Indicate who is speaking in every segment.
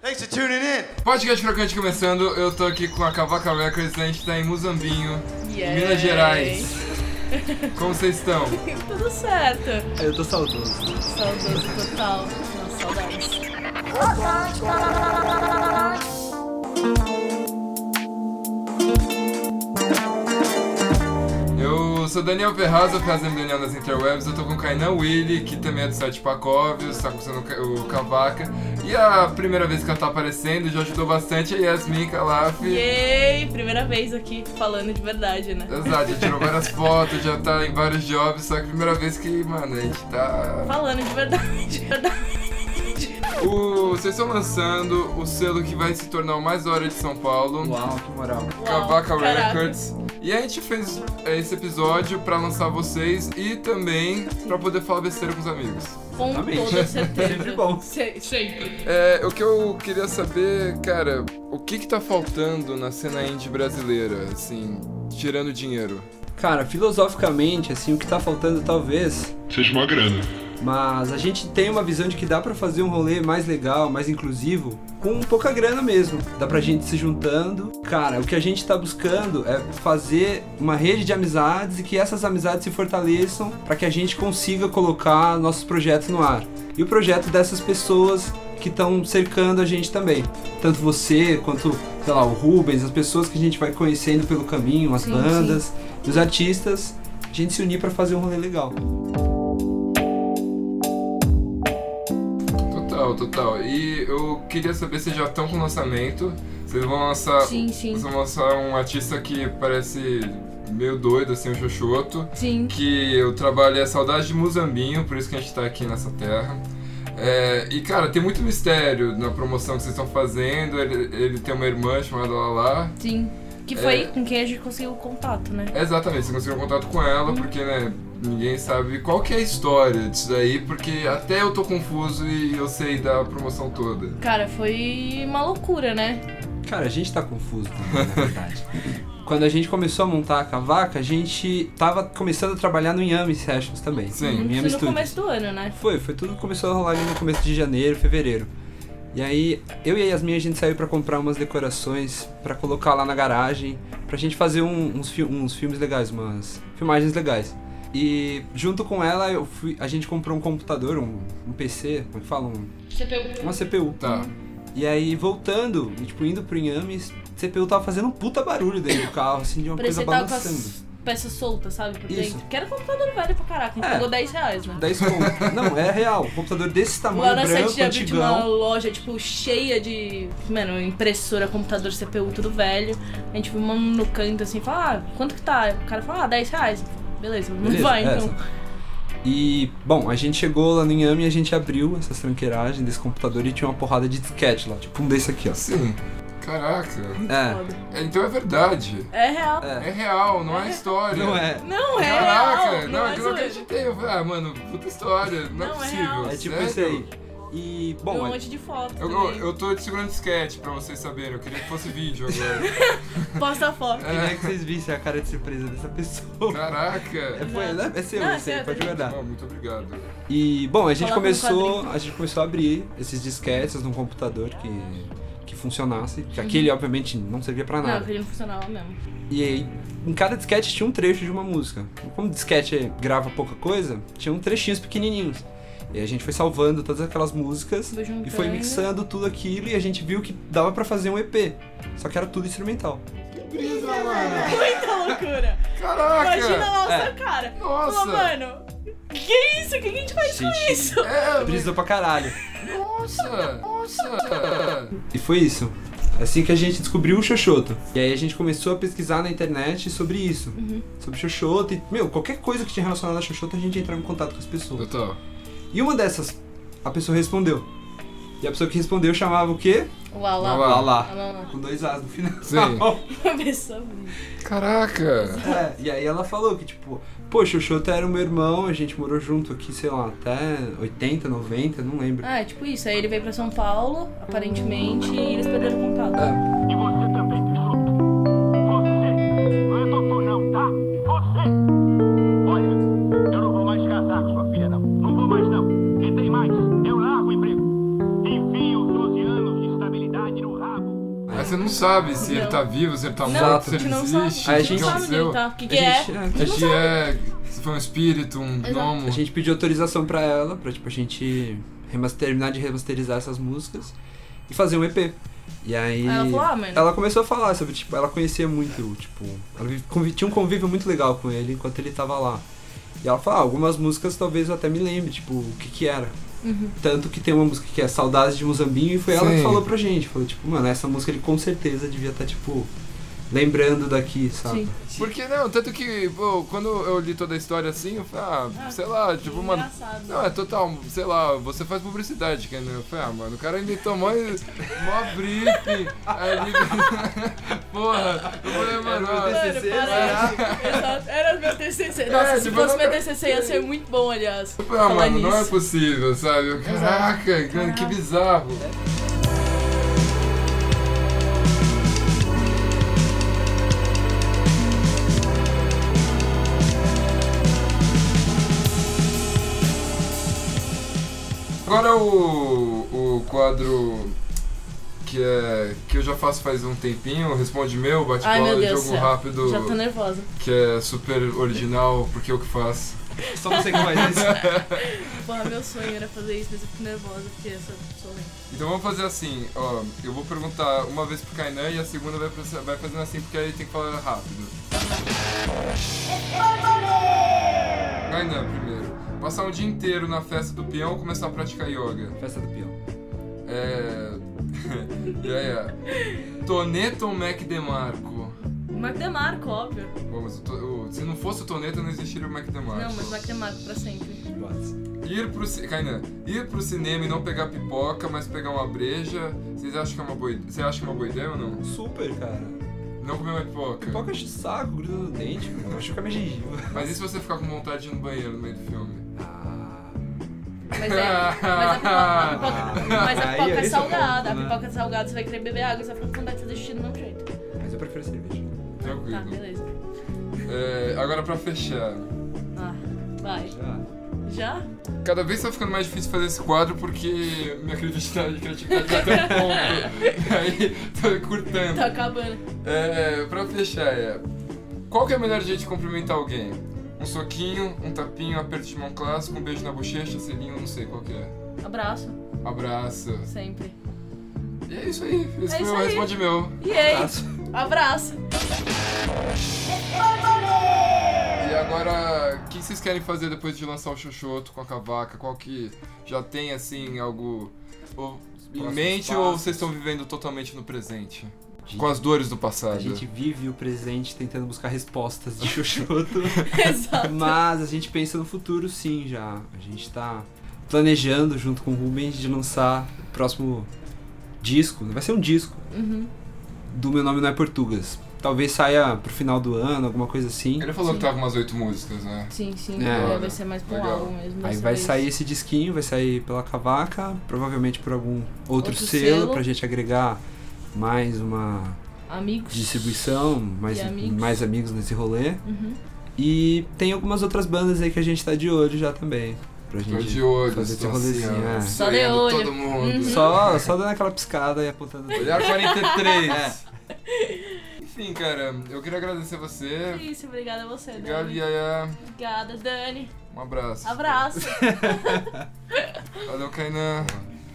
Speaker 1: Thanks for tuning in.
Speaker 2: Podcast Crocante começando, eu tô aqui com a Cavaca Records, a gente tá em Muzambinho, em
Speaker 3: Yay.
Speaker 2: Minas Gerais. Como vocês estão?
Speaker 3: Tudo certo.
Speaker 4: Eu tô saudoso.
Speaker 3: Saudoso total. Nossa, saudades.
Speaker 2: Eu sou Daniel Ferraz, eu fazendo Daniel nas Interwebs, eu tô com o Kainan Willy, que também é do site Pacóvios, tá cursando o Ca- o Cavaca. E a primeira vez que ela tá aparecendo já ajudou bastante a Yasmin Calaf.
Speaker 3: Yay! Primeira vez aqui falando de verdade, né?
Speaker 2: Exato, já tirou várias fotos, já tá em vários jobs, só que a primeira vez que, mano, a gente tá.
Speaker 3: Falando de verdade, de verdade.
Speaker 2: O, vocês estão lançando o selo que vai se tornar o mais da hora de São Paulo,
Speaker 4: Uau, que moral.
Speaker 2: Cavaca
Speaker 3: Uau, caraca.
Speaker 2: Records. E a gente fez é, esse episódio pra lançar vocês e também pra poder falar besteira com os amigos.
Speaker 3: Com
Speaker 4: Exatamente.
Speaker 3: toda certeza.
Speaker 4: Sempre bom.
Speaker 3: Se- sempre.
Speaker 2: É, o que eu queria saber, cara, o que que tá faltando na cena indie brasileira, assim, tirando dinheiro?
Speaker 4: Cara, filosoficamente, assim, o que tá faltando talvez.
Speaker 5: Seja uma grana.
Speaker 4: Mas a gente tem uma visão de que dá pra fazer um rolê mais legal, mais inclusivo, com pouca grana mesmo. Dá pra gente se juntando. Cara, o que a gente tá buscando é fazer uma rede de amizades e que essas amizades se fortaleçam pra que a gente consiga colocar nossos projetos no ar. E o projeto dessas pessoas que estão cercando a gente também. Tanto você quanto, sei lá, o Rubens, as pessoas que a gente vai conhecendo pelo caminho, as
Speaker 3: Sim,
Speaker 4: bandas, os artistas, a gente se unir pra fazer um rolê legal.
Speaker 2: Total, total. E eu queria saber se já estão com lançamento, vocês vão lançar...
Speaker 3: Sim, sim.
Speaker 2: Vocês vão lançar um artista que parece meio doido, assim, o Xoxoto.
Speaker 3: Sim.
Speaker 2: que o trabalho é Saudade de Muzambinho, por isso que a gente tá aqui nessa terra. É, e cara, tem muito mistério na promoção que vocês estão fazendo. Ele, ele tem uma irmã chamada Lala.
Speaker 3: Sim. Que
Speaker 4: É.
Speaker 3: foi com quem a gente conseguiu o contato, né?
Speaker 2: Exatamente, você conseguiu contato com ela, porque né, ninguém sabe qual que é a história disso daí, porque até eu tô confuso e eu sei da promoção toda.
Speaker 3: Cara, foi uma loucura, né?
Speaker 4: Cara, a gente tá confuso também, na verdade. Quando a gente começou a montar a cavaca, a gente tava começando a trabalhar no Yami Sessions também.
Speaker 2: Sim.
Speaker 4: No Yami
Speaker 3: Isso no
Speaker 4: Studios.
Speaker 3: começo do ano, né?
Speaker 4: Foi, foi tudo que começou a rolar ali no começo de janeiro, fevereiro. E aí, eu e a Yasmin, a gente saiu pra comprar umas decorações pra colocar lá na garagem, pra gente fazer um- uns, fi- uns filmes legais, umas filmagens legais. E junto com ela, eu fui, a gente comprou um computador, um, um PC, como é que fala? Um-
Speaker 3: Você pegou.
Speaker 4: uma CPU.
Speaker 2: Tá.
Speaker 4: E aí, voltando, e, tipo, indo pro Inhames, CPU tava fazendo um puta barulho dentro do carro, assim, de uma
Speaker 3: Parecia
Speaker 4: coisa
Speaker 3: que tava com
Speaker 4: balançando.
Speaker 3: as peças soltas, sabe? Por
Speaker 4: Isso.
Speaker 3: dentro. Que era computador velho pra caraca. A gente
Speaker 4: É.
Speaker 3: pagou 10 reais, né?
Speaker 4: 10 conto. Não, é real. Um computador desse
Speaker 3: Lá
Speaker 4: tamanho,
Speaker 3: na
Speaker 4: branco,
Speaker 3: Santia abriu de uma
Speaker 4: antigão.
Speaker 3: loja, tipo, cheia de, mano, impressora, computador, CPU, tudo velho. A gente viu mano no canto, assim, fala, ah, quanto que tá? O cara fala, ah, 10 reais. Beleza, não
Speaker 4: Beleza,
Speaker 3: vai,
Speaker 4: é,
Speaker 3: então.
Speaker 4: essa. E, bom, a gente chegou lá no Inhame e a gente abriu essa tranqueiragem desse computador e tinha uma porrada de disquete lá, tipo um desse aqui, ó.
Speaker 2: Sim. Caraca.
Speaker 4: É,
Speaker 3: Foda.
Speaker 2: Então é verdade.
Speaker 3: É real.
Speaker 4: É.
Speaker 2: É real, não é história.
Speaker 4: não é.
Speaker 3: Não é
Speaker 2: Caraca,
Speaker 3: real.
Speaker 2: não,
Speaker 3: é
Speaker 2: eu não
Speaker 3: zoeira.
Speaker 2: acreditei. Eu falei, ah, mano, puta história, não, é
Speaker 3: Não, é
Speaker 2: possível.
Speaker 3: real.
Speaker 4: É tipo
Speaker 2: sério?
Speaker 4: esse aí. E,
Speaker 3: Tem
Speaker 4: bom,
Speaker 3: um
Speaker 4: é-
Speaker 3: monte de foto.
Speaker 2: Eu, eu,
Speaker 3: também.
Speaker 2: eu tô te segurando sketch pra vocês saberem, eu queria que fosse vídeo agora.
Speaker 3: Posta foto.
Speaker 4: eu É, queria que vocês vissem a cara de surpresa dessa pessoa. É,
Speaker 2: Caraca!
Speaker 4: foi, é seu,
Speaker 3: Não, é
Speaker 4: esse aí,
Speaker 3: seu,
Speaker 4: pode
Speaker 3: tá
Speaker 4: guardar.
Speaker 2: Bom, muito obrigado.
Speaker 4: E bom, a gente
Speaker 3: Falar com
Speaker 4: começou,
Speaker 3: quadrinho.
Speaker 4: a gente começou a abrir esses disquetes num computador que que funcionasse, que aquele obviamente não servia pra
Speaker 3: Uhum. Não,
Speaker 4: nada.
Speaker 3: porque ele não funcionava mesmo.
Speaker 4: E aí, em cada disquete tinha um trecho de uma música. Como o disquete grava pouca coisa, tinha um trechinhos pequenininhos. E a gente foi salvando todas aquelas músicas
Speaker 3: Foi juntando.
Speaker 4: e foi mixando tudo aquilo e a gente viu que dava pra fazer um EP. Só que era tudo instrumental.
Speaker 2: Que brisa, mano!
Speaker 3: Muita loucura.
Speaker 2: Caraca!
Speaker 3: Imagina a nossa
Speaker 4: é.
Speaker 3: cara. Fala,
Speaker 2: Nossa!
Speaker 3: mano, que isso? O que a gente faz com
Speaker 4: Gente,
Speaker 3: isso?
Speaker 2: É,
Speaker 4: brisou pra caralho.
Speaker 2: nossa! Nossa!
Speaker 4: E foi isso. Assim que a gente descobriu o Xoxoto. E aí a gente começou a pesquisar na internet sobre isso.
Speaker 3: Uhum.
Speaker 4: Sobre Xoxoto e, meu, qualquer coisa que tinha relacionado a Xoxoto, a gente entrava em contato com as pessoas.
Speaker 2: Doutor,
Speaker 4: E uma dessas, a pessoa respondeu. E a pessoa que respondeu chamava o quê?
Speaker 3: Uau, lá.
Speaker 2: Uau,
Speaker 3: Uau,
Speaker 2: lá.
Speaker 3: lá. lá.
Speaker 4: Com dois As no final.
Speaker 2: Sim.
Speaker 3: Começou a brincar.
Speaker 2: caraca!
Speaker 4: É, e aí ela falou que, tipo, pô, Xoxoto era o meu irmão, a gente morou junto aqui, sei lá, até 80, 90, não lembro.
Speaker 3: Ah, é tipo isso. Aí ele veio pra São Paulo, aparentemente, e eles perderam o contato.
Speaker 6: E você também, desculpa. Você. Não é Totô, não, tá? Você. Olha, eu não vou mais casar com sua filha, não. Não vou mais, não. E tem mais. Eu largo o emprego. Enfio 12 anos de estabilidade.
Speaker 2: você não sabe se ele
Speaker 3: Não.
Speaker 2: tá vivo, se ele tá
Speaker 3: não,
Speaker 2: morto, se
Speaker 3: a gente
Speaker 2: ele
Speaker 3: não
Speaker 2: existe,
Speaker 3: sabe.
Speaker 2: o
Speaker 4: Aí a
Speaker 2: que
Speaker 4: gente-
Speaker 3: não sabe onde ele
Speaker 2: aconteceu.
Speaker 3: tá. O que, que
Speaker 4: a
Speaker 3: é?
Speaker 4: gente- é,
Speaker 2: A gente é. Se foi um espírito, um
Speaker 3: Exato.
Speaker 2: gnomo.
Speaker 4: A gente pediu autorização pra ela, pra tipo, a gente remaster- terminar de remasterizar essas músicas e fazer um EP. E aí.
Speaker 3: Aí ela falou, ah, mano.
Speaker 4: ela começou a falar sobre, tipo, ela conhecia muito, tipo, ela vi- convi- tinha um convívio muito legal com ele enquanto ele tava lá. E ela fala, ah, algumas músicas talvez eu até me lembre, tipo, o que que era.
Speaker 3: Uhum.
Speaker 4: Tanto que tem uma música que é Saudades de Muzambinho e foi ela que
Speaker 2: Sim.
Speaker 4: falou pra gente. Falou, tipo, mano, essa música ele com certeza devia estar, tipo, lembrando daqui, sabe?
Speaker 3: Sim.
Speaker 2: Porque não, tanto que, pô, quando eu li toda a história assim, eu falei, ah,
Speaker 3: Ah,
Speaker 2: sei lá, tipo, mano.
Speaker 3: Engraçado.
Speaker 2: Não, é total, sei lá, você faz publicidade, que né? Eu falei, ah, mano, o cara imitou mó, mó briefing. ali, porra, eu falei, mano, ah, ó,
Speaker 4: Era o
Speaker 3: Mano,
Speaker 4: TCC,
Speaker 3: parece. Exato. Era meu TCC. Nossa,
Speaker 2: né? É,
Speaker 3: se
Speaker 2: tipo,
Speaker 3: fosse
Speaker 2: não-
Speaker 3: meu TCC ia ser muito bom, aliás.
Speaker 2: eu falei, ah,
Speaker 3: falar
Speaker 2: mano, não é
Speaker 3: nisso.
Speaker 2: possível, sabe? Eu, Caraca, mano, que bizarro. Agora o, o quadro que é que eu já faço faz um tempinho, responde meu, bate
Speaker 3: Ai, meu
Speaker 2: bola,
Speaker 3: Deus do
Speaker 2: jogo
Speaker 3: céu.
Speaker 2: rápido,
Speaker 3: Já tô nervosa.
Speaker 2: que é super original, porque eu que faço.
Speaker 4: Só você que faz isso.
Speaker 3: Porra, meu sonho era fazer isso, mas eu fico nervosa porque é eu sou, sou ruim.
Speaker 2: Então vamos fazer assim, ó, eu vou perguntar uma vez pro Kainan e a segunda vai, pra- vai fazendo assim, porque aí tem que falar rápido. Kainan primeiro. Passar um dia inteiro na festa do peão ou começar a praticar yoga?
Speaker 4: Festa do peão.
Speaker 2: É. yeah, yeah. Toneto ou Mac DeMarco?
Speaker 3: Mac DeMarco, óbvio.
Speaker 2: Pô, mas o to- o- se não fosse o Toneto, não existiria o Mac DeMarco.
Speaker 3: Não, mas Mac DeMarco pra sempre.
Speaker 2: Ir pro, ci- Kainan, ir pro cinema e não pegar pipoca, mas pegar uma breja, vocês acham que é uma boa, ide- você acha que é uma boa ideia ou não?
Speaker 4: Super, cara.
Speaker 2: Não comer uma pipoca.
Speaker 4: Pipoca de saco, gruda no dente, mano. Machuca minha gengiva.
Speaker 2: Mas e se você ficar com vontade de ir no banheiro no meio do filme?
Speaker 4: Ah.
Speaker 3: Mas é. Mas a pipoca, a pipoca- mas a
Speaker 4: Aí,
Speaker 3: pipoca é
Speaker 4: esse é o
Speaker 3: salgada. A
Speaker 4: ponto, né?
Speaker 3: pipoca é salgada, você vai querer beber água, você vai ficar com vontade de fazer xixi do mesmo jeito.
Speaker 4: Mas eu prefiro cerveja.
Speaker 3: Tá,
Speaker 4: Uhum.
Speaker 2: Tranquilo.
Speaker 3: beleza.
Speaker 2: É, agora pra fechar.
Speaker 3: Ah, vai.
Speaker 4: Já.
Speaker 3: Já?
Speaker 2: Cada vez tá ficando mais difícil fazer esse quadro porque minha criatividade, criatividade tá até um ponto. Aí tô
Speaker 3: Tá
Speaker 2: curtando.
Speaker 3: acabando.
Speaker 2: É, pra fechar é. Qual que é o melhor jeito de cumprimentar alguém? Um soquinho, um tapinho, um aperto de mão clássico, um beijo na bochecha, selinho, não sei qual que é.
Speaker 3: Abraço,
Speaker 2: Abraço.
Speaker 3: sempre.
Speaker 2: E é isso aí. Esse
Speaker 3: É
Speaker 2: foi
Speaker 3: isso
Speaker 2: o
Speaker 3: aí.
Speaker 2: Responde Meu.
Speaker 3: E aí?
Speaker 4: Abraço.
Speaker 3: Abraço.
Speaker 2: E agora, o que vocês querem fazer depois de lançar o Xoxoto com a cavaca? Qual que já tem, assim, algo ou- em
Speaker 4: próximos
Speaker 2: mente ou
Speaker 4: passos.
Speaker 2: vocês estão vivendo totalmente no presente? Com as dores do
Speaker 4: A
Speaker 2: passado?
Speaker 4: gente vive o presente tentando buscar respostas de Xoxoto.
Speaker 3: Exato.
Speaker 4: Mas a gente pensa no futuro sim já. A gente tá planejando junto com o Rubens de lançar o próximo disco. Vai ser um disco
Speaker 3: Uhum.
Speaker 4: do Meu Nome Não É Portugas. Talvez saia pro final do ano, alguma coisa assim.
Speaker 2: Ele falou que tava com umas oito músicas, né?
Speaker 3: Sim, sim.
Speaker 4: É,
Speaker 3: é,
Speaker 2: olha,
Speaker 3: vai ser mais pra um
Speaker 2: legal.
Speaker 3: álbum mesmo.
Speaker 4: Aí
Speaker 3: dessa
Speaker 4: vai
Speaker 3: vez.
Speaker 4: sair esse disquinho, vai sair pela Cavaca, provavelmente por algum outro,
Speaker 3: Outro
Speaker 4: selo,
Speaker 3: selo.
Speaker 4: pra gente agregar mais uma
Speaker 3: Amigos.
Speaker 4: distribuição, mais
Speaker 3: E amigos.
Speaker 4: mais amigos nesse rolê.
Speaker 3: Uhum.
Speaker 4: E tem algumas outras bandas aí que a gente tá de olho já também. Pra
Speaker 2: Tô
Speaker 4: gente
Speaker 2: Tá de olho,
Speaker 4: fazer esse
Speaker 2: estou assim,
Speaker 4: rolezinho,
Speaker 2: ó,
Speaker 4: é.
Speaker 3: Só de
Speaker 2: sonhando
Speaker 3: olho.
Speaker 2: todo mundo. é
Speaker 3: Uhum.
Speaker 4: Só, só dando aquela piscada e apontando.
Speaker 2: Olhar 43.
Speaker 4: É.
Speaker 2: Enfim, cara, eu queria agradecer
Speaker 3: É
Speaker 2: você.
Speaker 3: isso, obrigada a você, Dani.
Speaker 2: Gabi, Yaya,
Speaker 3: Obrigada, Dani.
Speaker 2: um abraço.
Speaker 3: Abraço.
Speaker 2: Valeu, Kainan.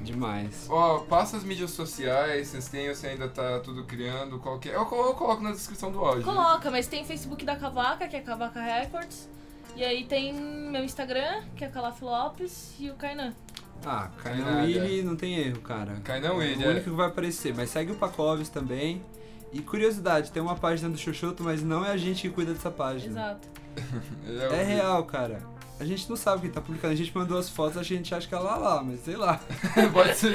Speaker 4: Demais.
Speaker 2: Ó, passa as mídias sociais, vocês têm, ou você ainda tá tudo criando, qualquer. Eu, eu coloco na descrição do áudio.
Speaker 3: Coloca, mas tem Facebook da Cavaca, que é Cavaca Records. E aí tem meu Instagram, que é Calaf Lopes, e o Kainan.
Speaker 4: Ah,
Speaker 2: Nada.
Speaker 4: Kainan Willy não tem erro, cara.
Speaker 2: Kainan
Speaker 4: É
Speaker 2: Willy,
Speaker 4: o
Speaker 2: é.
Speaker 4: único que vai aparecer, mas segue o Pacovis também. E curiosidade, tem uma página do Xoxoto, mas não é a gente que cuida dessa página.
Speaker 3: Exato.
Speaker 2: É,
Speaker 4: É real, cara. A gente não sabe quem tá publicando. A gente mandou as fotos, a gente acha que é lá lá, mas sei lá.
Speaker 2: pode ser,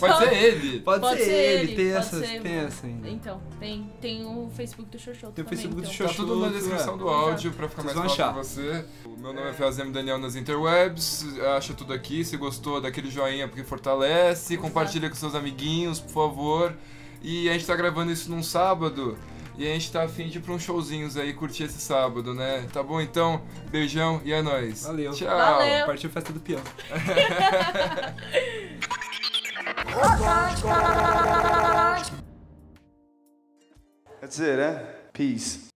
Speaker 2: pode ser ele.
Speaker 4: Pode,
Speaker 3: Pode
Speaker 4: ser,
Speaker 3: ser
Speaker 4: ele,
Speaker 3: ele,
Speaker 4: tem,
Speaker 3: pode
Speaker 4: essa,
Speaker 3: ser.
Speaker 4: tem essa ainda.
Speaker 3: Então, tem, tem o Facebook do Xoxoto
Speaker 4: Tem o
Speaker 3: também.
Speaker 4: Facebook do
Speaker 3: então.
Speaker 2: Tá tudo na descrição do áudio pra ficar
Speaker 4: é. Vocês
Speaker 2: mais
Speaker 4: vão
Speaker 2: fácil pra
Speaker 4: achar.
Speaker 2: você. O meu nome é Fazem Daniel nas interwebs. Acha tudo aqui. Se gostou, dá aquele joinha porque fortalece.
Speaker 3: Exato.
Speaker 2: Compartilha com seus amiguinhos, por favor. E a gente tá gravando isso num sábado. E a gente tá afim de ir pra uns showzinhos aí, curtir esse sábado, né? Tá bom então? Beijão e é nóis.
Speaker 4: Valeu.
Speaker 2: Tchau.
Speaker 3: Valeu.
Speaker 4: Partiu festa do peão.
Speaker 1: That's it, eh? Peace.